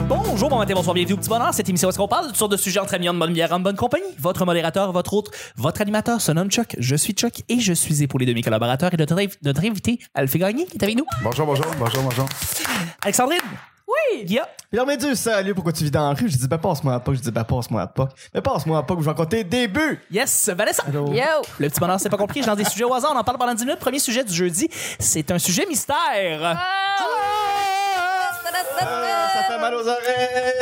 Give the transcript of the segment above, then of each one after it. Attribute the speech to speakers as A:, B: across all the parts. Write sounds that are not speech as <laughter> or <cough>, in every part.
A: matin, bonsoir, bienvenue au Petit Bonheur. Cette émission, où est-ce qu'on parle de toutes sortes de sujets entre amis, en bonne bière, en bonne compagnie? Votre modérateur, votre autre, votre animateur se nomme Chuck. Je suis Chuck et je suis épaulé de mes collaborateurs et de notre, inv- notre invité, Alphé Gagné, qui est avec nous.
B: Bonjour, bonjour, bonjour, bonjour.
A: Alexandrine! Oui! Guilla!
C: Pierre Médus, salut, pourquoi tu vis dans la rue? Je dis, ben passe-moi la POC, je dis, ben passe-moi la POC. Mais passe-moi la POC, je vais compter des buts!
A: Yes, Vanessa!
D: Yo!
A: Le Petit Bonheur, c'est pas compliqué, je lance des <laughs> sujets au hasard, on en parle pendant 10 minutes. Premier sujet du jeudi, c'est un sujet mystère.
C: Ah, ça fait mal aux oreilles!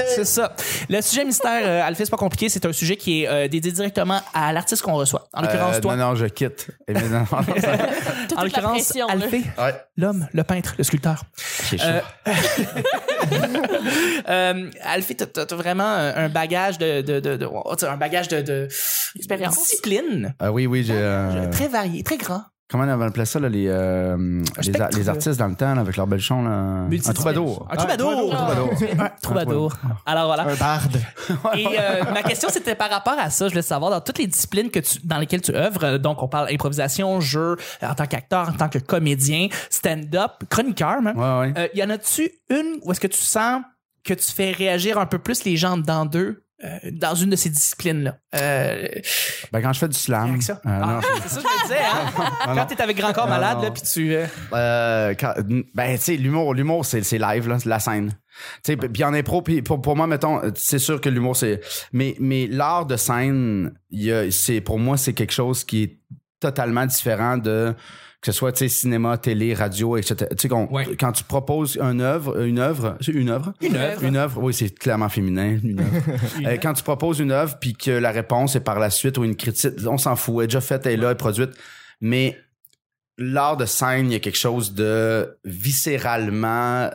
A: C'est ça. Le sujet mystère, euh, Alphée, c'est pas compliqué, c'est un sujet qui est euh, dédié directement à l'artiste qu'on reçoit. En l'occurrence,
B: Euh,
A: toi.
B: Non, non, je quitte. <laughs> Évidemment.
A: en
D: toute la
A: l'occurrence,
D: pression, là.
A: Alphée,
B: ouais.
A: l'homme, le peintre, le sculpteur.
B: J'ai chaud.
A: Euh, Euh, Alphée, t'as- t'as t'as vraiment un un bagage de, de, de- de- oh, t'as un bagage de, de
D: Expérience.
A: discipline
B: Ah oui, oui, j'ai. euh,
A: très varié, très grand.
B: Comment on appelait ça, là, les, euh, les, a-
A: spectre,
B: les
A: là.
B: artistes dans le temps, là, avec leur belchon, là? Un troubadour.
A: Un troubadour.
C: Ah,
B: troubadour.
A: Un troubadour. Alors voilà.
C: Un barde.
A: Et euh, ma question, c'était par rapport à ça. Je voulais savoir, dans toutes les disciplines que tu, dans lesquelles tu œuvres, euh, donc on parle improvisation, jeu, euh, en tant qu'acteur, en tant que comédien, stand-up, chroniqueur, même.
B: Ouais, ouais.
A: Euh, y en a-tu une où est-ce que tu sens que tu fais réagir un peu plus les gens dans deux, euh, dans une de ces disciplines-là? Euh,
B: Ben, quand je fais du slam.
A: ça.
B: euh, non,
A: Ah, c'est ça que je me disais, hein? Quand t'es avec Grand Corps
B: <laughs> Non,
A: Malade,
B: non.
A: là, puis tu... euh,
B: Euh, quand- ben, tu sais, l'humour, l'humour, c'est, c'est live, là, c'est la scène. Tu sais, puis- puis en impro, puis pour, pour moi, mettons, euh, c'est sûr que l'humour, c'est. Mais, mais l'art de scène, il y a- c'est, pour moi, c'est quelque chose qui est totalement différent de. Que ce soit, tu sais, cinéma, télé, radio, etc. Tu sais, qu'on-
A: Ouais.
B: quand tu proposes une œuvre, une œuvre, c'est une œuvre?
A: Une œuvre.
B: <laughs> Une œuvre, oui, c'est clairement féminin, une œuvre.
A: <laughs>
B: Euh, quand tu proposes une œuvre puis que la réponse est par la suite ou une critique, on s'en fout, elle est déjà faite, elle est là, elle est produite. Mais l'art de scène, il y a quelque chose de viscéralement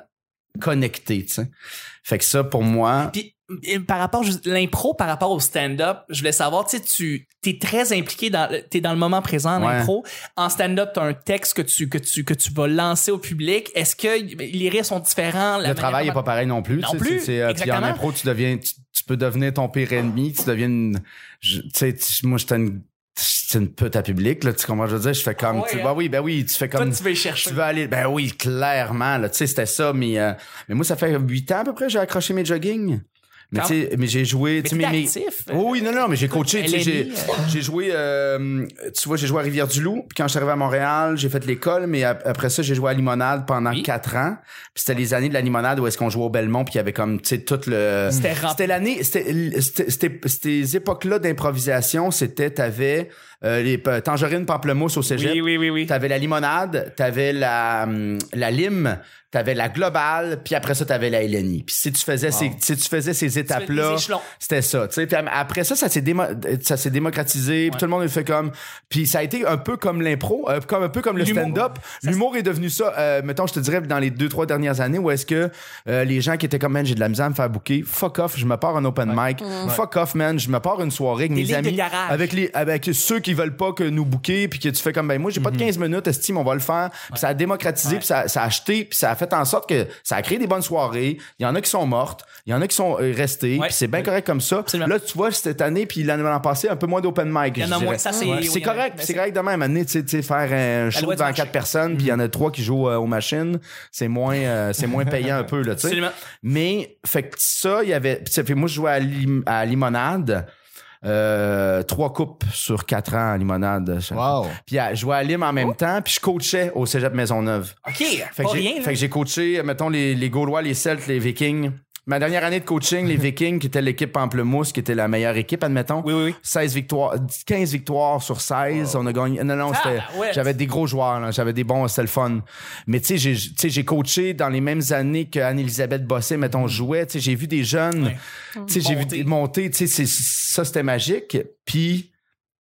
B: connecté, tu sais. Fait que ça, pour moi,
A: Puis et par rapport juste- l'impro, par rapport au stand-up, je voulais savoir, tu sais, tu t'es très impliqué dans, le- t'es dans le moment présent en
B: Ouais.
A: impro. En stand-up, t'as un texte que tu que tu que tu vas lancer au public. Est-ce que ben, les rires sont différents la
B: le travail
A: est
B: est pas pareil non plus.
A: Non
B: tu sais,
A: plus,
B: c'est- c'est, euh, puis en
A: exactement.
B: impro, tu deviens, tu, tu peux devenir ton pire ennemi, tu deviens une, je- tu sais, tu- moi, j'étais une, j'étais une pute à public, là, tu sais comment je veux dire, je fais comme,
A: Ouais,
B: tu,
A: hein.
B: bah oui, ben oui, tu fais
A: Toi,
B: comme,
A: tu veux y chercher.
B: Tu veux aller. Ben oui, clairement. Là, tu sais, c'était ça. Mais, euh, mais moi, ça fait huit ans à peu près j'ai accroché mes jogging. Mais,
A: Quand-
B: tu sais, mais j'ai joué.
A: Mais
B: tu sais,
A: t'es euh,
B: mes- mes-
A: actif.
B: Oui, oui, non, non, mais j'ai coaché. tu sais, J'ai
A: LMI,
B: j'ai joué. euh, tu vois, j'ai joué à Rivière-du-Loup. Puis quand je suis arrivé à Montréal, j'ai fait l'école. Mais ap- après ça, j'ai joué à Limonade pendant
A: Oui.
B: quatre ans. Puis c'était les années de la Limonade où est-ce qu'on jouait au Belmont. Puis il y avait comme, tu sais, tout le.
A: C'était rempli.
B: C'était l'année, c'était, c'était, c'était- ces époques-là d'improvisation, c'était, t'avais euh, les pe- tangerines pamplemousse au cégep.
A: Oui, oui, oui, oui.
B: T'avais la limonade, t'avais la, hum, la lime, t'avais la globale, puis après ça, t'avais la LNI. Puis si tu faisais ces, si tu faisais ces étapes-là,
A: les échelons.
B: c'était ça. tu sais. Puis après ça, ça s'est, démo- ça s'est démocratisé, puis tout le monde a fait comme... Puis ça a été un peu comme l'impro, euh, comme, un peu comme le
A: L'humour.
B: stand-up. L'humour est devenu ça, euh, mettons, je te dirais, dans les deux, trois dernières années, où est-ce que euh, les gens qui étaient comme, man, j'ai de la misère à me faire bouquer, fuck off, je me pars un open mic, fuck off, man, je me pars une soirée avec mes
A: lignes de
B: amis,
A: garage.
B: avec les avec ceux qui veulent pas que nous bouquer puis que tu fais comme ben moi j'ai pas
A: Mhm.
B: de 15 minutes estime on va le faire puis ça a démocratisé puis ça, ça a acheté puis ça a fait en sorte que ça a créé des bonnes soirées il y en a qui sont mortes il y en a qui sont euh, restées
A: Ouais.
B: puis c'est bien correct comme ça
A: Absolument.
B: là tu vois cette année puis l'année l'an passé un peu moins d'open mic
A: Il y en a
B: je dirais.
A: moins, ça, c'est-
B: Ouais.
A: oui,
B: c'est
A: il y en a-
B: correct
A: mais
B: c'est
A: c'est-
B: correct de même année tu sais, tu sais faire un show
A: loi du
B: devant
A: marché.
B: quatre personnes puis il y en a trois qui jouent euh, aux machines c'est moins euh, c'est moins payant un peu là tu sais
A: Absolument.
B: mais fait que ça, il y avait. ça fait, moi, je jouais à, Lim- à Limonade. euh, trois coupes sur quatre ans à Limonade.
C: Wow.
B: Puis à- je jouais à Lime en même temps, puis je coachais au Cégep Maisonneuve.
A: OK,
B: Fait
A: pas
B: que j'ai-
A: rien. là.
B: fait que j'ai coaché, mettons, les, les Gaulois, les Celtes, les Vikings. Ma dernière année de coaching,
A: <laughs>
B: les Vikings, qui était l'équipe Pamplemousse, qui était la meilleure équipe, admettons.
A: Oui, oui, oui.
B: 16 victoires, 15 victoires sur 16. On a gagné. Non, non,
A: Ah,
B: c'était-
A: bah ouais.
B: j'avais des gros joueurs, là. j'avais des bons, c'était le fun. Mais tu sais, j'ai- tu sais, j'ai coaché dans les mêmes années qu'Anne-Elisabeth Bossé, mettons, jouait. Tu sais, j'ai vu des jeunes, tu sais, j'ai vu
A: Mm. Monter.
B: des- monter. Tu sais, c'est- ça, c'était magique. Puis,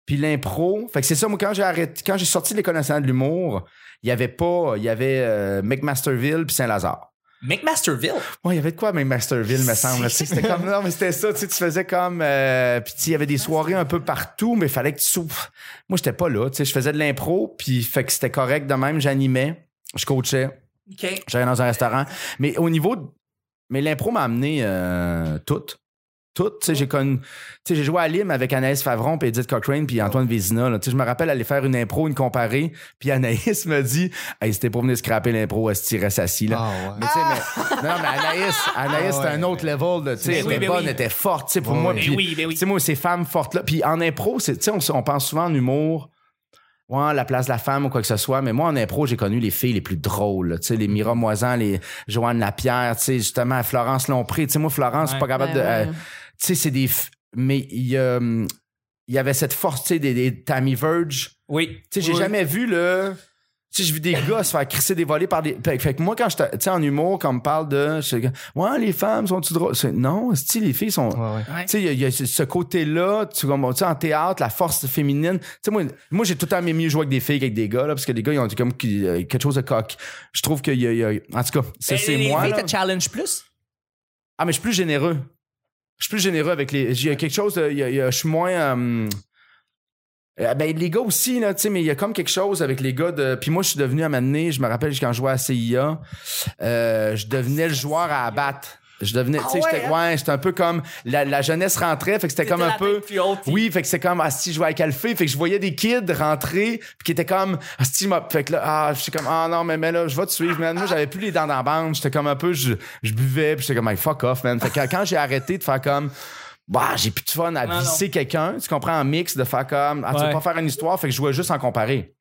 B: puis l'impro. Fait que c'est ça, moi, quand j'ai arrêté, quand j'ai sorti de l'École nationale de l'humour, il y avait pas, il y avait euh, McMasterville puis Saint-Lazare.
A: McMasterville.
B: Ouais, il y avait de quoi, mais Masterville, me semble. là, tu sais, C'était comme, non, mais c'était ça, tu sais, tu faisais comme, euh, puis tu sais, il y avait des soirées un peu partout, mais il fallait que tu souffres. Moi, j'étais pas là, tu sais, je faisais de l'impro, puis fait que c'était correct de même, j'animais, je coachais,
A: OK.
B: j'allais dans un restaurant. Mais au niveau, de- mais l'impro m'a amené euh, tout. tout. Tu sais, j'ai connu- tu sais, j'ai joué à Lime avec Anaïs Favron, puis Edith Cochrane, puis Antoine Vézina. là. Tu sais, je me rappelle aller faire une impro, une comparée, puis Anaïs <laughs> me dit Hey, c'était pour venir scraper l'impro, elle se tirait sa scie, là.
C: Ah ouais.
B: Mais tu sais, mais- non, mais Anaïs, Anaïs,
C: Ah
B: c'était un
C: ouais.
B: autre level. là. Tu sais,
A: Mais
B: elle
A: oui,
B: était
A: mais
B: bonne,
A: oui.
B: elle était forte, tu sais, pour
C: Ouais,
B: moi.
C: ouais.
B: Puis,
A: Mais oui, mais oui.
B: Tu sais, moi, ces femmes fortes-là. Puis en impro, c'est- tu sais, on, s- on pense souvent en humour. Ouais, la place de la femme ou quoi que ce soit. Mais moi, en impro, j'ai connu les filles les plus drôles. là. Tu sais, les
A: Mm.
B: Mira Moisan, les Joanne Lapierre, tu sais, justement, Florence Lompré. Tu sais, moi, Florence, je suis pas capable
D: Ben
B: de... euh,
D: ouais.
B: tu sais, c'est des... f- Mais il y a, hum, il y avait cette force, tu sais, des, des Tammy Verge.
A: Oui.
B: Tu sais, j'ai
A: Oui.
B: jamais vu le... Tu sais, j'ai vu des gars se faire crisser des volets par des... Fait, fait que moi, quand je... Tu sais, en humour, quand on me parle de... je sais, ouais, les femmes sont-tu drôles? C'est- Non, si les filles sont...
C: Ouais, ouais.
A: Ouais.
B: Tu sais, il y a- il y, a ce- ce côté-là, tu comme- tu sais, en théâtre, la force féminine. Tu sais, moi, moi j'ai tout le temps aimé mieux jouer avec des filles qu'avec des gars, là, parce que les gars, ils ont comme qui- euh, quelque chose de coq. Je trouve qu'il y, a- il y a. En tout cas, c'est
A: Mais
B: c'est
A: Ben, les
B: moi.
A: filles
B: là.
A: te challenge plus.
B: Ah, mais je suis plus généreux. Je suis plus généreux avec les. Il y a quelque chose. de- il y a- il y a- Je suis moins. euh, euh, ben, les gars aussi, là, tu sais, mais il y a comme quelque chose avec les gars de. Puis moi, je suis devenu à m'amener, je me rappelle quand je jouais à CIA, euh, je devenais le joueur à abattre. Je devenais, tu sais,
A: Ah ouais,
B: j'étais,
A: hein?
B: ouais, j'étais un peu comme, la, la jeunesse rentrait, fait que c'était comme
A: T'étais
B: un
A: la
B: peu.
A: tête plus haute, puis-
B: Oui, fait que c'est comme, ah, si, je jouais à Calfé, fait que je voyais des kids rentrer, puis qui étaient comme, ah, si, m'a- fait que là, ah, je suis comme, ah, non, mais, mais là, je vais te suivre, man. Moi, j'avais plus les dents dans la bande, j'étais comme un peu, je, je buvais, puis j'étais comme, hey, fuck off, man. Fait que quand j'ai arrêté de faire comme, bah, j'ai plus de fun à
A: Non,
B: visser quelqu'un, tu comprends, en mix, de faire comme, ah, tu veux
A: Ouais.
B: pas faire une histoire, fait que je jouais juste en comparé.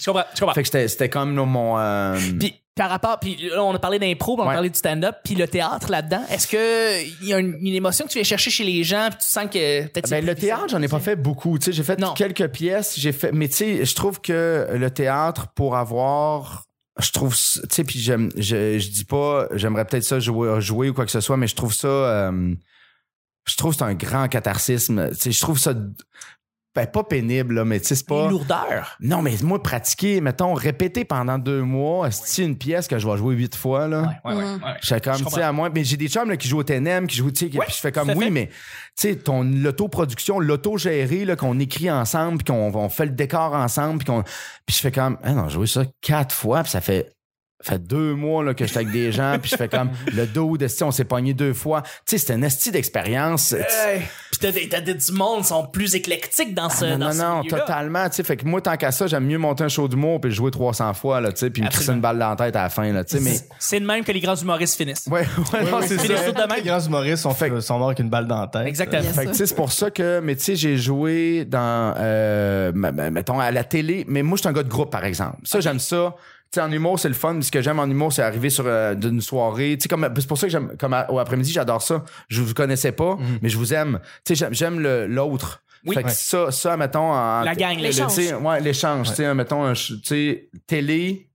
A: Je comprends. Je comprends.
B: Fait que j'étais- c'était comme, là, mon, euh,
A: Puis par rapport, puis là, on a parlé d'impro, puis on
B: Ouais.
A: a parlé du stand-up, puis le théâtre là-dedans. Est-ce que il y a une, une émotion que tu viens chercher chez les gens, puis tu sens que peut-être c'est
B: Ben,
A: plus
B: le
A: difficile?
B: théâtre, j'en ai pas fait beaucoup. Tu sais, j'ai fait
A: Non.
B: quelques pièces. J'ai fait, mais tu sais, je trouve que le théâtre pour avoir, je trouve, s- tu sais, puis j'aime, je, je dis pas, j'aimerais peut-être ça jouer, jouer ou quoi que ce soit, mais je trouve ça, euh, je trouve que c'est un grand catharsisme. Tu sais, je trouve ça, ben, pas pénible là, mais tu sais, c'est pas.
A: Une lourdeur.
B: Non, mais moi, pratiquer, mettons, répéter pendant deux mois, c'est une pièce que je vais jouer huit fois là.
A: Ouais, ouais, ouais,
D: Mhm.
A: ouais.
B: J'étais comme,
A: Je
B: tu sais,
A: comprends.
B: à moins. Mais j'ai des chums là, qui jouent au TNM, qui jouent, tu sais, qui-
A: Ouais,
B: puis je fais
A: tout
B: comme,
A: à
B: oui,
A: fait.
B: mais, tu sais, ton l'autoproduction, l'autogéré, là, qu'on écrit ensemble, puis qu'on on fait le décor ensemble, puis qu'on. Puis je fais comme, ah non, j'ai joué ça quatre fois, puis ça fait. fait deux mois là, que j'étais avec des gens, puis je fais
A: <laughs>
B: comme le dos de on s'est pogné deux fois. Tu sais, c'était une esti d'expérience.
A: Euh,
B: Tu-
A: Puis t'as des, t'as des- du monde qui sont plus éclectiques dans ce
B: Ah, non,
A: dans
B: non,
A: ce
B: non,
A: milieu-là.
B: totalement. Tu sais, fait que moi, tant qu'à ça, j'aime mieux monter un show d'humour puis le jouer 300 fois, là, tu sais, puis me crisser
A: Absolument.
B: une balle dans la tête à la fin, là, tu sais, mais.
A: C'est de même que les grands humoristes finissent.
B: Ouais, <laughs> ouais, non, c'est
A: Puis les
B: ça.
A: autres de
C: Les
A: même.
C: grands humoristes sont, fait, sont morts avec une balle dans la tête.
A: Exactement.
D: Yes.
B: Fait que, tu sais, c'est pour ça que, mais tu sais, j'ai joué dans, euh, ma- ma- mettons, à la télé, mais moi, je suis un gars de groupe, par exemple. Ça, j'aime ça. Tu sais, en humour, c'est le fun. Ce que j'aime en humour, c'est arriver sur euh, d'une soirée. Tu sais, comme, c'est pour ça que j'aime, comme à- au après-midi, j'adore ça. Je vous connaissais pas, mais je vous aime. Tu sais, j'aime- j'aime le- l'autre.
A: Oui.
B: Fait que
A: Ouais.
B: ça, ça, mettons, en,
A: La gang, les
D: L'échange.
B: tu sais, ouais, l'échange. Tu sais, mettons, un ch- tu sais, télé.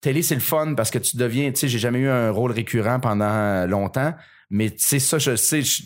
B: Télé, c'est le fun parce que tu deviens, tu sais, j'ai jamais eu un rôle récurrent pendant longtemps, mais tu sais, ça, je sais, je,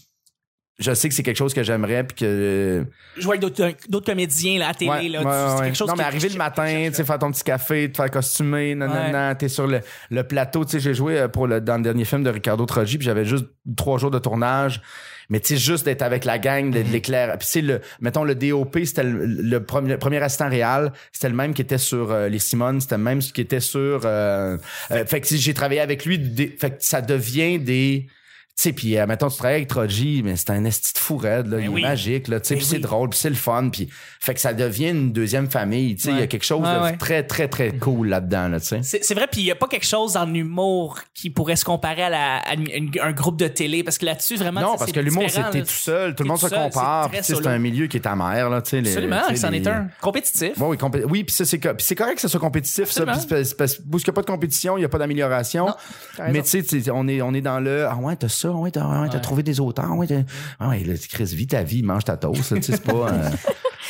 B: je sais que c'est quelque chose que j'aimerais puis que.
A: Jouer avec d'autres d'autres comédiens là, à télé,
B: Ouais,
A: là,
B: ouais,
A: tu- c'est
B: ouais.
A: quelque chose
B: non,
A: que-
B: mais arriver le matin, tu sais, faire ton petit café, te faire costumer, nan, nan,
A: Ouais.
B: nan, t'es sur le, le plateau, tu sais, j'ai joué euh, pour le, dans le dernier film de Ricardo Trogi, puis j'avais juste trois jours de tournage, mais tu sais, juste d'être avec la gang,
A: Mhm.
B: de, de l'éclair, puis tu sais, le, mettons, le DOP, c'était le, le premier, le premier assistant réel, c'était le même qui était sur euh, Les Simones, c'était le même qui était sur, euh, euh, fait que tu sais, j'ai travaillé avec lui, des- fait que ça devient des, tu sais, puis euh, mettons, tu travailles avec Troji, mais c'est un esti de fou raide, là,
A: Mais
B: il
A: Ben oui.
B: est magique, là, tu sais,
A: Mais
B: puis c'est
A: oui.
B: drôle, puis c'est le fun, puis fait que ça devient une deuxième famille, tu sais, il y a
A: Ouais.
B: quelque chose
A: Ouais,
B: de
A: ouais. Mm.
B: très, très, très cool là-dedans, là, tu sais.
A: C'est c'est vrai, puis il n'y a pas quelque chose en humour qui pourrait se comparer à, la- à une- une- un groupe de télé, parce que là-dessus, vraiment,
B: Non,
A: ça,
B: parce
A: c'est
B: que l'humour,
A: différent,
B: c'est t'es
A: là.
B: tout seul, tout
A: T'es
B: le monde
A: tout
B: se
A: seul,
B: compare,
A: c'est très
B: puis tu sais, c'est
A: solo.
B: un milieu qui est amer, là, tu sais. les-
A: Absolument,
B: tu sais,
A: c'en
B: les-
A: est un. Compétitif.
B: Ouais, oui, compé- oui, puis ça, c'est co- puis c'est correct que ça soit compétitif, ça.
A: Absolument.
B: puis c'est parce- parce- Parce qu'il n'y a pas de compétition, il n'y a pas d'amélioration. Mais tu sais, tu sais, on est, on est dans le Ah ouais, t'as ça, ah ouais, t'as ah ouais, t'as
A: Ouais.
B: trouvé des auteurs, ah ouais, t'as- ah ouais, là, Chris, vis ta vie, mange ta toast, là, tu sais, c'est pas.
A: <laughs>
B: euh,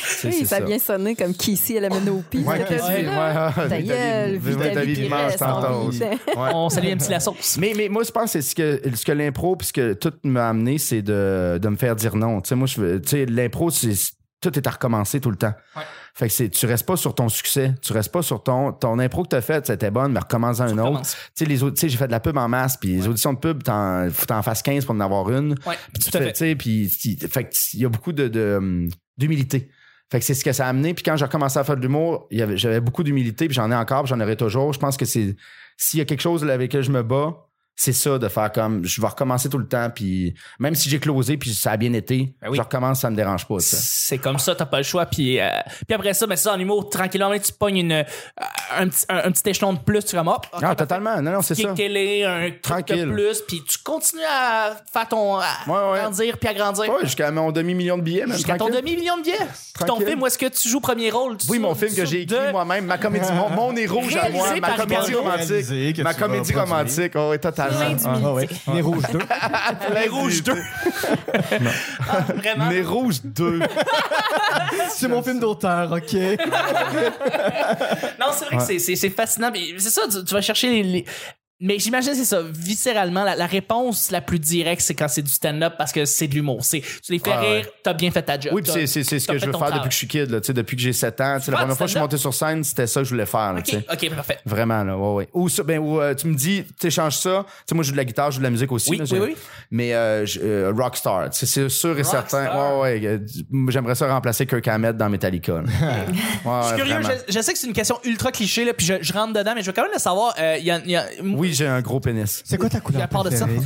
B: c'est-
D: Oui,
B: c'est
D: ça a bien sonné comme Kissy à la Menopi.
B: Ouais,
D: cette
B: Kissy,
D: là.
B: ouais,
D: Ta
B: vis ta
D: gueule,
B: vie,
D: vis
B: vis ta
D: ta
B: vie,
D: vie,
B: puis
D: puis
B: mange
D: reste
B: ta
D: en
B: toast.
D: vie.
B: Ouais.
A: On salue MC La
B: <laughs>
A: Source.
B: Mais, mais moi, je pense que c'est ce que, ce que l'impro, puis ce que tout m'a amené, c'est de, de me faire dire non. Tu sais, moi, je veux- tu sais, l'impro, c'est tout est à recommencer tout le temps.
A: Ouais.
B: Fait que c'est, tu restes pas sur ton succès, tu restes pas sur ton, ton impro que t'as fait, c'était bonne, mais recommence à un autre.
A: Commence.
B: Tu sais, les autres, tu sais, j'ai fait de la pub en masse, puis les auditions de pub, t'en, faut t'en fasses 15 pour en avoir une.
A: Ouais,
B: Puis tu
A: tout à
B: fais-
A: fait.
B: tu sais, puis tu- fait que il y a beaucoup de, de, hum, d'humilité. Fait que c'est ce que ça a amené. Puis quand j'ai recommencé à faire de l'humour, il y avait- j'avais beaucoup d'humilité, puis j'en ai encore, puis j'en aurai toujours. Je pense que c'est s'il y a quelque chose là avec lequel je me bats, c'est ça de faire comme je vais recommencer tout le temps puis même si j'ai closé puis ça a bien été,
A: Ben oui.
B: je recommence, ça me dérange pas. ça.
A: C'est comme ça, t'as pas le choix. Puis, euh, puis après ça, ben ça, en humour, tranquillement, tu pognes une, euh, un, petit, un, un petit échelon de plus, tu ramasses. hop,
B: Ah, totalement. Non non, c'est ça.
A: qu'elle est un truc de
B: Tranquille.
A: plus, puis tu continues à faire ton. à
B: Ouais, ouais.
A: grandir, puis à grandir.
B: Ouais, jusqu'à mon demi-million de billets même.
A: Jusqu'à ton
B: tranquille.
A: demi-million de billets. Puis Ton
B: Tranquille.
A: film, où est-ce que tu joues premier rôle? Tu
B: Oui,
A: sors-
B: mon film
A: tu
B: que j'ai
A: sors
B: écrit
A: de-
B: moi-même, ma comédie, mon, mon héros rouge à
A: Réalisé
B: moi, ma
A: par
B: comédie
A: Ricardo.
C: Réalisé
B: romantique,
C: que
B: ma
C: tu vas
B: comédie
C: produire.
B: romantique, oh, oui, totalement.
D: du
B: Ah,
D: milieu.
C: Ah ouais. Nez rouge
A: <laughs>
C: 2.
A: Les
B: <laughs>
A: Rouges 2. <laughs> Ah, vraiment?
B: Nez rouge
A: <laughs>
B: 2.
C: C'est mon film d'auteur, ok?
A: Non, c'est vrai que c'est- c'est c'est fascinant. Puis C'est ça, tu, tu vas chercher les. les- Mais j'imagine que c'est ça, viscéralement, la, la réponse la plus directe, c'est quand c'est du stand-up parce que c'est de l'humour. C'est- Tu les fais
B: Ouais, ouais.
A: rire, t'as bien fait ta job.
B: Oui, puis
A: T'as-
B: c'est, c'est, c'est ce
A: t'as
B: que je
A: fait
B: veux
A: ton
B: faire depuis
A: travail.
B: que je suis kid, là, tu sais, depuis que j'ai 7 ans. Tu sais, La
A: fais
B: première
A: du
B: fois que je suis
A: stand-up?
B: monté sur scène, c'était ça que je voulais faire. là, tu sais.
A: Ok, ok, parfait.
B: Vraiment, là, ouais, ouais. Ou ça, ben, ou, euh, tu me dis, tu échanges ça. Tu sais, moi, je joue de la guitare, je joue de la musique aussi.
A: Oui,
B: là,
A: oui,
B: j'ai-
A: oui.
B: Mais euh, je- euh, Rockstar, tu sais, c'est sûr et
A: Rockstar.
B: certain. Ouais, ouais. euh, du- J'aimerais ça remplacer Kirk Hammett dans Metallica.
A: <laughs>
B: là. Ouais,
A: Je suis
B: ouais,
A: curieux,
B: vraiment.
A: je, je sais que c'est une question ultra cliché, là, puis je, je rentre dedans, mais je veux quand même le savoir. euh, il y a- il y a-
B: Oui, j'ai un gros pénis.
C: C'est quoi ta couleur?
A: À part de ça,
C: préférée?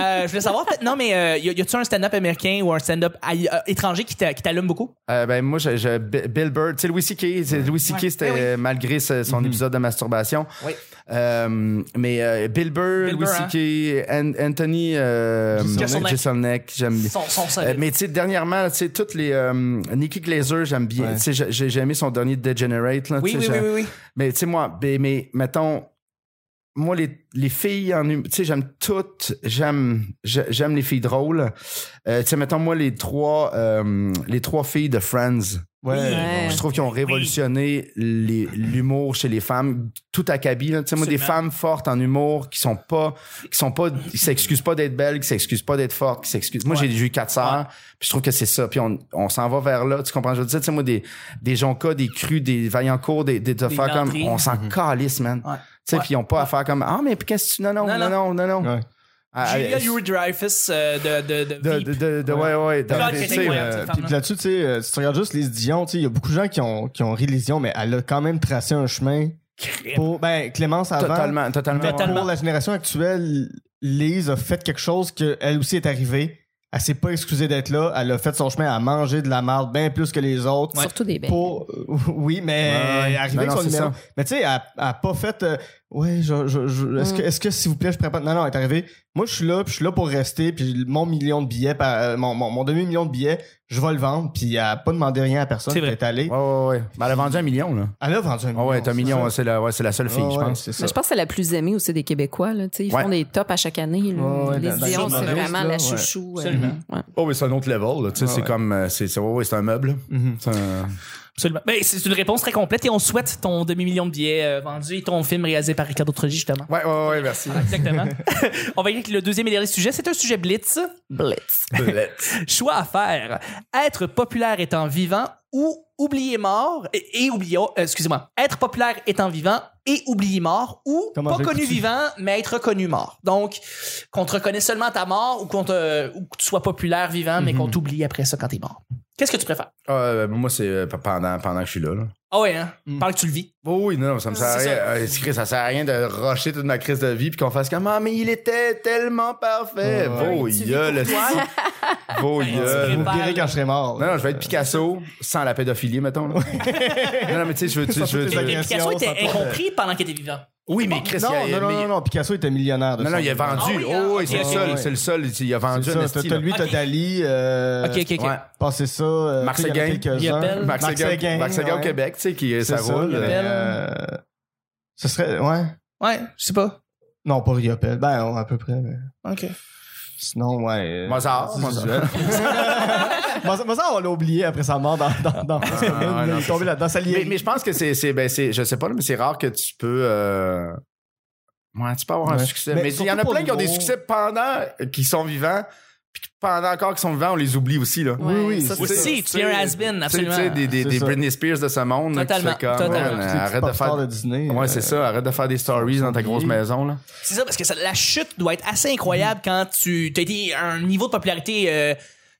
A: euh, je voulais savoir, peut-être- non, mais euh, y a- y a-tu un stand-up américain ou un stand-up aille- euh, étranger qui t'a- qui t'allume beaucoup?
B: Euh, ben moi, je, je- B- Bill Burr, tu sais, Louis C.K., c'est- Louis C.K.
A: Ouais.
B: c'était
A: Eh oui.
B: euh, malgré ce- son épisode de masturbation.
A: Oui.
B: Euh, mais euh, Bill Burr,
A: Bill
B: Louis
A: Burr,
B: C.K., An- Anthony euh,
A: Jesselneck.
B: Jesselneck, j'aime bien.
A: Son, son
B: Euh, mais tu sais, dernièrement, tu sais, toutes les. euh, Nikki Glazer, j'aime bien.
C: Ouais.
B: Tu sais, j'ai- j'ai j'ai aimé son dernier Degenerate. Là,
A: oui,
B: tu
A: oui,
B: sais,
A: oui,
B: j'ai-
A: oui, oui.
B: Mais tu sais, moi, ben, mais mettons, moi, les, les filles en hum- Tu sais, j'aime toutes. J'aime j'a- j'aime les filles drôles. Euh, tu sais, mettons, moi, les trois, euh, les trois filles de Friends.
C: Ouais.
D: Ouais.
B: Je trouve qu'ils ont révolutionné les- l'humour chez les femmes, tout à Kaby. là. Tu sais, moi, des
A: Absolument.
B: femmes fortes en humour qui sont pas, qui sont pas, qui s'excusent pas d'être belles, qui s'excusent pas d'être fortes, qui s'excusent. Moi, j'ai eu quatre sœurs, puis je trouve que c'est ça. Puis on, on s'en va vers là. Tu comprends? Je veux dire, tu sais, moi, des, des Jonca, des Crus, des Vaillancourt, des, des, affaires comme,
A: Landry.
B: on s'en calisse, man.
A: Ouais.
B: Tu sais,
A: Ouais.
B: puis ils ont pas à faire comme, ah, mais puis qu'est-ce que tu, non, non,
A: Non,
B: non, non, non, non.
C: Ouais.
B: Ah,
A: Julia
B: ah,
A: Louis Dreyfus euh, de, de, de,
B: de,
A: Veep.
B: de, de, de- ouais, ouais, de-
A: Claude
B: tu sais,
A: Crétin, ouais,
B: euh,
A: cette
C: Puis
A: femme-là.
C: là-dessus, tu sais, euh, si tu regardes juste les Dion, tu sais, il y a beaucoup de gens qui ont, qui ont ri les Dion, mais elle a quand même tracé un chemin pour. Ben, Clémence avant.
B: totalement, totalement.
C: Mais
A: Totalement.
C: Pour la génération actuelle, Lise a fait quelque chose qu'elle aussi est arrivée. Elle s'est pas excusée d'être là. Elle a fait son chemin à manger de la marde bien plus que les autres.
D: Surtout des belles.
C: Pour, <laughs> oui, mais
B: Ouais, ouais.
C: arriver
B: Ben. Non,
C: avec son
B: non, c'est ça.
C: numéro. Mais tu sais, elle elle a pas fait. euh, ouais, je, je- je- est-ce,
B: Mm.
C: que, est-ce que s'il vous plaît, je prépare. Non, non, elle est arrivée. Moi, je suis là, puis je suis là pour rester, puis mon million de billets, par- euh, mon, mon- mon demi-million de billets, je vais le vendre, puis elle a pas demandé rien à personne.
A: C'est
C: puis
A: vrai.
C: Elle est allée.
B: Ouais, ouais, ouais. Ben, elle a vendu un million, là.
C: Elle a vendu un
B: Ah
C: million.
B: ouais, t'as mignon, hein, c'est la, ouais, c'est la seule fille, je pense.
C: C'est ça.
D: Mais je pense que c'est la plus aimée aussi des Québécois. Là, tu sais, ils
B: Ouais.
D: font des tops à chaque année. là.
C: Ouais, ouais,
D: les
C: dans- dans
D: Dion,
A: les
D: c'est
A: journaux,
D: vraiment
C: là,
D: la
C: ouais.
D: chouchou. euh,
A: Absolument.
D: ouais.
B: Oh, mais c'est un autre level, là, tu sais, c'est
C: ouais.
B: comme, euh, c'est, c'est, ouais, ouais, c'est un meuble.
C: Mhm.
B: C'est un-
A: Absolument. Mais c'est une réponse très complète et on souhaite ton demi-million de billets euh, vendus et ton film réalisé par Ricardo Trogi, justement.
B: Ouais, ouais, ouais, <laughs> merci.
C: <laughs>
A: Exactement. on va y aller avec le deuxième et dernier sujet. C'est un sujet blitz.
D: Blitz.
A: Choix à faire. Être populaire étant vivant ou oublier mort et, et oublier... oh, euh, Excusez-moi. Être populaire étant vivant et oublier mort ou
C: Comment
A: pas
C: j'ai
A: connu
C: écouté?
A: vivant mais être reconnu mort. Donc, qu'on te reconnaisse seulement à ta mort ou, qu'on te- ou que tu sois populaire vivant
C: Mhm.
A: mais qu'on t'oublie après ça quand t'es mort. Qu'est-ce que tu préfères?
B: Euh, moi, c'est euh, pendant, pendant que je suis là, là.
A: Ah ouais, hein?
C: Mm.
A: Pendant que tu le vis.
B: Oh oui, non, non, ça me sert à
A: C'est
B: rien.
A: ça.
B: Euh, c'est vrai, ça sert à rien de rusher toute ma crise de vie puis qu'on fasse comme, ah, mais il était tellement parfait.
C: Ouais, ouais.
B: Beau
D: Tu vis
B: gueule, <laughs> beau
A: c'est
B: gueule.
A: vrai.
C: Vous me direz quand je serai mort.
B: euh, Non, non, je vais être Picasso sans la pédophilie, mettons. là. non, non, mais tu sais, je veux, tu sais, je veux-
C: Ça
B: tu
C: fait
B: veux-
C: des
A: Mais Picasso
C: agressions, ça
A: était
C: peut-
A: incompris pendant qu'il était vivant.
B: Oui, mais Chris,
C: non,
B: il y a-
C: non, non,
B: mais-
C: non, non, Picasso était millionnaire. de
B: Non, non,
C: son
B: il a
C: vivant.
B: vendu.
A: Ah oui,
B: oh,
A: ah,
B: oui, c'est
A: ok,
B: le seul,
A: ok.
B: c'est le seul. Il a vendu
C: C'est
B: un
C: ça,
B: esti,
C: t'as-
B: là.
C: t'as lui, t'as
A: Ok.
C: Dali, euh,
A: Ok, ok, ok.
B: Ouais.
C: passez ça. euh,
B: Marc
C: tu sais, il y en a
B: Seguin.
C: quelques-uns.
A: Yopel.
B: Marc
C: Marc
B: Seguin,
C: Seguin,
B: Marc Seguin au
C: Euh, ouais.
B: Québec, tu sais, qui ça
C: C'est ça,
B: roule.
C: il y avait, euh, Ce serait, ouais.
A: Ouais, je sais pas.
C: Non, pas Riopel. Ben, on- à peu près. mais
A: OK.
C: Sinon, ouais. euh,
B: Mozart,
C: c'est
B: Mozart.
A: <laughs>
C: visuel. Mozart. Mozart, on l'a oublié après sa mort dans, dans, dans la semaine.
B: ouais, Ah, non,
C: <laughs> il est
B: c'est
C: tombé là-dedans, ça
B: Mais,
C: liait.
B: mais je pense que c'est, c'est, ben, c'est, je sais pas, là, mais c'est rare que tu peux, euh, ouais, tu peux avoir un
C: Ouais.
B: succès.
C: Mais
B: Mais il y en
C: surtout
B: a
C: pour
B: plein qui ont des
C: l'humour.
B: succès pendant qu'ils sont vivants, puis que pendant encore qu'ils sont vivants, on les oublie aussi, là.
C: Oui, oui,
D: ça, c'est
A: Aussi,
D: ça.
A: tu deviens un has-been,
B: Tu sais, tu
A: absolument.
B: sais, des, des,
C: C'est
B: des
C: ça.
B: Britney Spears de ce monde, là, qui
A: Totalement,
B: fait comme,
A: totalement.
B: man,
C: Ouais,
B: arrête de faire,
C: de euh. dîner.
B: ouais, c'est ça, arrête de faire des stories dans ta grosse
C: oublié.
B: maison, là.
A: C'est Mm. ça, parce que ça- la chute doit être assez incroyable quand tu as été à un niveau de popularité euh,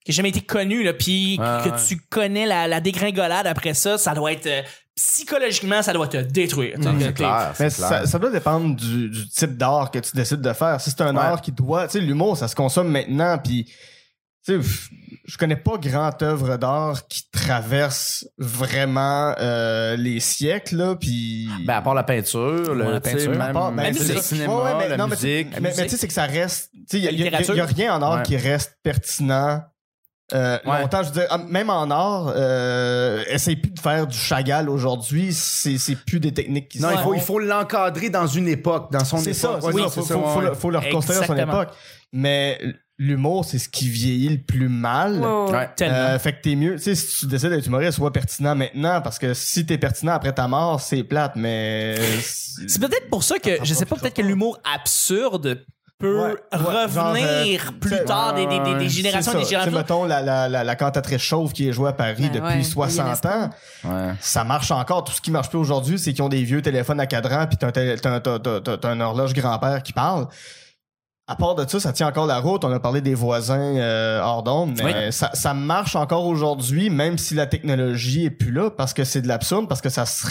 A: qui a jamais été connu, là, puis
B: Ouais,
A: que
B: ouais.
A: tu connais la, la dégringolade après ça, ça doit être. euh, psychologiquement, ça doit te détruire.
C: Mm.
A: T'as-
B: Hmm. C'est clair,
C: Mais
B: c'est
C: ça,
B: clair.
C: ça doit dépendre du, du type d'art que tu décides de faire. Si c'est un
B: Ouais.
C: art qui doit, tu sais, l'humour, ça se consomme maintenant, puis tu sais, pff, je connais pas grand œuvre d'art qui traverse vraiment euh, les siècles, là, puis.
B: Ben, à part la peinture,
A: Ouais,
B: le,
A: la
B: tu sais,
A: peinture.
B: même,
C: À part- ben,
B: même
A: la
C: c'est
B: le
A: musique.
C: ça.
B: cinéma,
C: Ouais, ouais, mais
B: la
C: non, mais tu-
B: musique.
C: Mais, mais tu sais, c'est que ça reste. Tu sais, il y, a-
A: La
C: il y a- il y a
A: littérature.
C: rien en art
B: Ouais.
C: qui reste pertinent. euh,
B: Ouais.
C: Longtemps, je veux dire, ah, même en art, euh, essaye plus de faire du Chagall aujourd'hui, c'est c'est plus des techniques qui
B: Non,
C: sont.
B: il faut, il faut l'encadrer dans une époque, dans son époque.
C: C'est ça,
B: Ouais,
C: oui,
B: non,
C: faut,
B: c'est
C: faut-
B: ça,
C: faut
B: ouais.
C: le, faut le reconstruire à son
A: Exactement.
C: époque. Mais l'humour, c'est ce qui vieillit le plus mal.
B: Ouais.
A: Tellement.
C: Euh, fait que t'es mieux, tu sais, si tu décides d'être humoriste, sois pertinent maintenant, parce que si t'es pertinent après ta mort, c'est plate, mais.
A: C'est peut-être pour ça que je sais pas, peut-être que l'humour absurde peut
C: Ouais, ouais, genre, euh,
A: revenir plus
C: C'est-
A: tard des, des, des, des
C: C'est
A: générations
C: ça.
A: des
C: Tu sais,
A: générations.
C: mettons la, la, la, la cantatrice chauve qui est jouée à Paris
D: Ben
C: depuis
D: ouais,
C: 60 ans,
D: William
B: Ouais.
C: ça marche encore. Tout ce qui marche plus aujourd'hui, c'est qu'ils ont des vieux téléphones à cadran, puis t'as un, tél- t'as un- t'as- t'as- t'as- t'as un horloge grand-père qui parle. À part de ça, ça tient encore la route. On a parlé des voisins euh, hors d'onde, mais
A: Oui.
C: ça, ça marche encore aujourd'hui, même si la technologie est plus là, parce que c'est de l'absurde, parce que ça se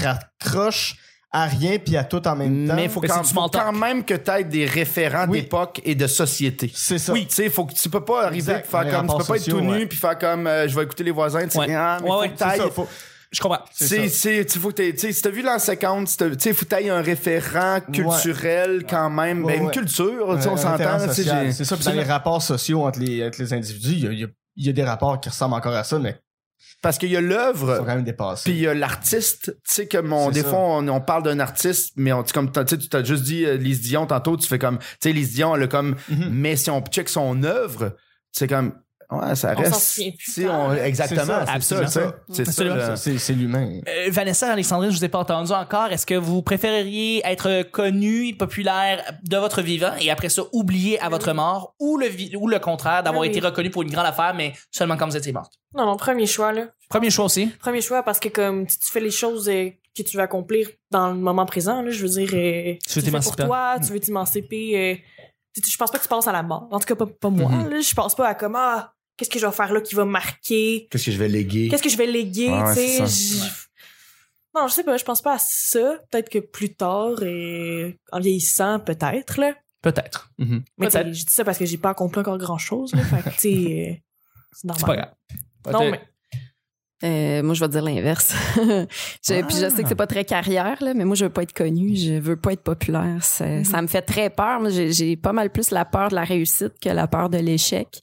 C: raccroche à rien puis à tout en même temps.
B: Mais il faut,
A: Mais
B: quand,
A: c'est du small
B: faut
A: talk.
B: quand même que tu aies des référents
C: Oui.
B: d'époque et de société.
C: C'est ça.
B: Tu sais, faut que tu peux pas arriver
C: Exact.
B: pis faire
C: Les
B: comme tu peux
C: rapports
B: pas être
C: sociaux,
B: tout nu
C: ouais.
B: puis faire comme euh, je vais écouter les voisins, tu sais,
A: Ouais.
B: ah, mais
A: Ouais,
B: faut
A: ouais,
B: que
A: c'est
C: C'est
B: t'ailles-
C: ça, faut-
A: Je comprends.
C: c'est
B: C'est,
C: ça.
B: c'est, tu faut que t'aies- tu sais, si t'as vu l'an 50, si t'as- tu sais, faut que t'ailles un référent culturel quand même,
C: Ouais,
B: ben, une
C: ouais.
B: culture, tu sais,
C: Un-
B: on
C: un
B: s'entend,
C: référent
B: tu sais,
C: social.
B: j'ai-
C: Euh, C'est ça, puis dans les rapports sociaux entre les, entre les individus, il y a, il y a- il y a des rapports qui ressemblent encore à ça, mais qui
B: parce qu'il y a
C: sont
B: l'œuvre,
C: quand même dépassés.
B: puis il y a l'artiste, tu sais, comme on,
C: C'est
B: des
C: ça.
B: fois, on, on parle d'un artiste, mais on, tu sais, comme, t'as- tu sais, tu t'as juste dit euh, Lise Dion tantôt, tu fais comme, tu sais, Lise Dion, elle a comme,
C: Mhm.
B: mais si on check son œuvre, c'est comme, ouais, ça
E: On s'en
B: reste.
E: souvient plus
B: tu sais,
E: tard.
B: on- exactement,
C: C'est ça,
B: c'est ça,
A: absolument.
B: tu sais, c'est ça,
A: Absolument.
B: le-
C: C'est c'est l'humain.
A: Euh, Vanessa, Alexandrine, je vous ai pas entendu encore. Est-ce que vous préféreriez être connu, populaire de votre vivant et après ça oublié à votre mort ou le, vi- ou le contraire d'avoir
E: Oui.
A: été reconnu pour une grande affaire mais seulement quand vous étiez morte?
E: Non, mon premier choix, là.
A: Premier choix aussi.
E: Premier choix parce que, comme, si tu fais les choses euh, que tu veux accomplir dans le moment présent, là, je veux dire, euh, tu, fais pour
A: t'émanciper.
E: toi, tu veux t'émanciper. euh, tu- tu- je pense pas que tu penses à la mort. En tout cas, pas, pas moi.
A: Mhm.
E: là. je pense pas à comment, qu'est-ce que je vais faire là qui va marquer,
B: Qu'est-ce que je vais léguer?
E: qu'est-ce que je vais léguer,
B: Ouais, ouais,
E: tu sais.
B: c'est
E: je- Non, je sais pas, je pense pas à ça. Peut-être que plus tard, et en vieillissant, peut-être, là.
A: Peut-être.
E: Mais
A: Peut-être.
E: tu sais, je dis ça parce que j'ai pas accompli encore grand-chose, là. Fait que, tu sais, euh, c'est normal.
A: C'est pas grave.
E: Non, mais
D: Euh, moi, je vais dire l'inverse. <laughs> Je-
B: Ah.
D: Puis je sais que c'est pas très carrière, là, mais moi, je veux pas être connue, je veux pas être populaire. Ça, ça me fait très peur. Moi, j'ai- j'ai pas mal plus la peur de la réussite que la peur de l'échec.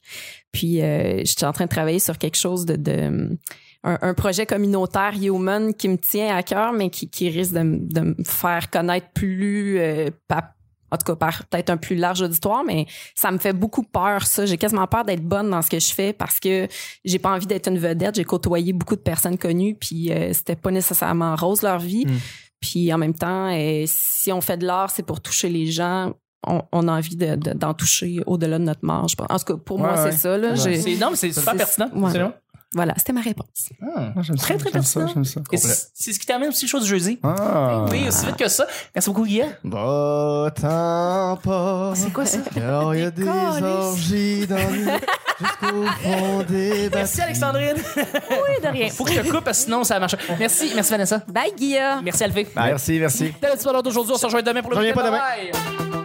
D: Puis euh, je suis en train de travailler sur quelque chose de... de- un, un projet communautaire human qui me tient à cœur, mais qui, qui risque de, me- de me faire connaître plus... euh, pa- en tout cas, par peut-être un plus large auditoire, mais ça me fait beaucoup peur, ça. J'ai quasiment peur d'être bonne dans ce que je fais parce que j'ai pas envie d'être une vedette. J'ai côtoyé beaucoup de personnes connues, puis euh, c'était pas nécessairement rose leur vie.
C: Mm.
D: Puis en même temps, euh, si on fait de l'art, c'est pour toucher les gens. On, on a envie de- de- d'en toucher au-delà de notre mort. Je pense. En tout cas, pour
B: Ouais,
D: moi,
B: ouais.
D: c'est ça. Là,
B: Ouais.
D: J'ai-
A: C'est- Non, mais c'est super
D: C'est-
A: pertinent.
D: ouais.
A: absolument.
D: Voilà, c'était ma réponse.
A: Ah.
B: j'aime
A: Très, très
B: j'aime ça,
A: pertinent.
B: j'aime ça.
A: Et C'est c'est ce qui termine aussi chose du jeudi.
B: Ah.
A: Oui, aussi vite que ça. Merci beaucoup, Guillaume.
C: Va t'en pas,
A: C'est quoi ça?
C: car il y a des
D: Décolle.
C: orgies dans le-
A: <laughs>
C: jusqu'au fond
A: Merci,
C: des batteries.
A: Alexandrine.
D: <laughs> de rien.
A: Faut que je te coupe parce que sinon ça marche. Merci, merci Vanessa.
D: Bye, Guilla.
A: Merci Alfé.
B: Merci, merci.
A: Tel est le sport d'aujourd'hui. On se rejoint demain pour le
C: Je reviens
A: week-end.
C: pas demain.
A: Bye.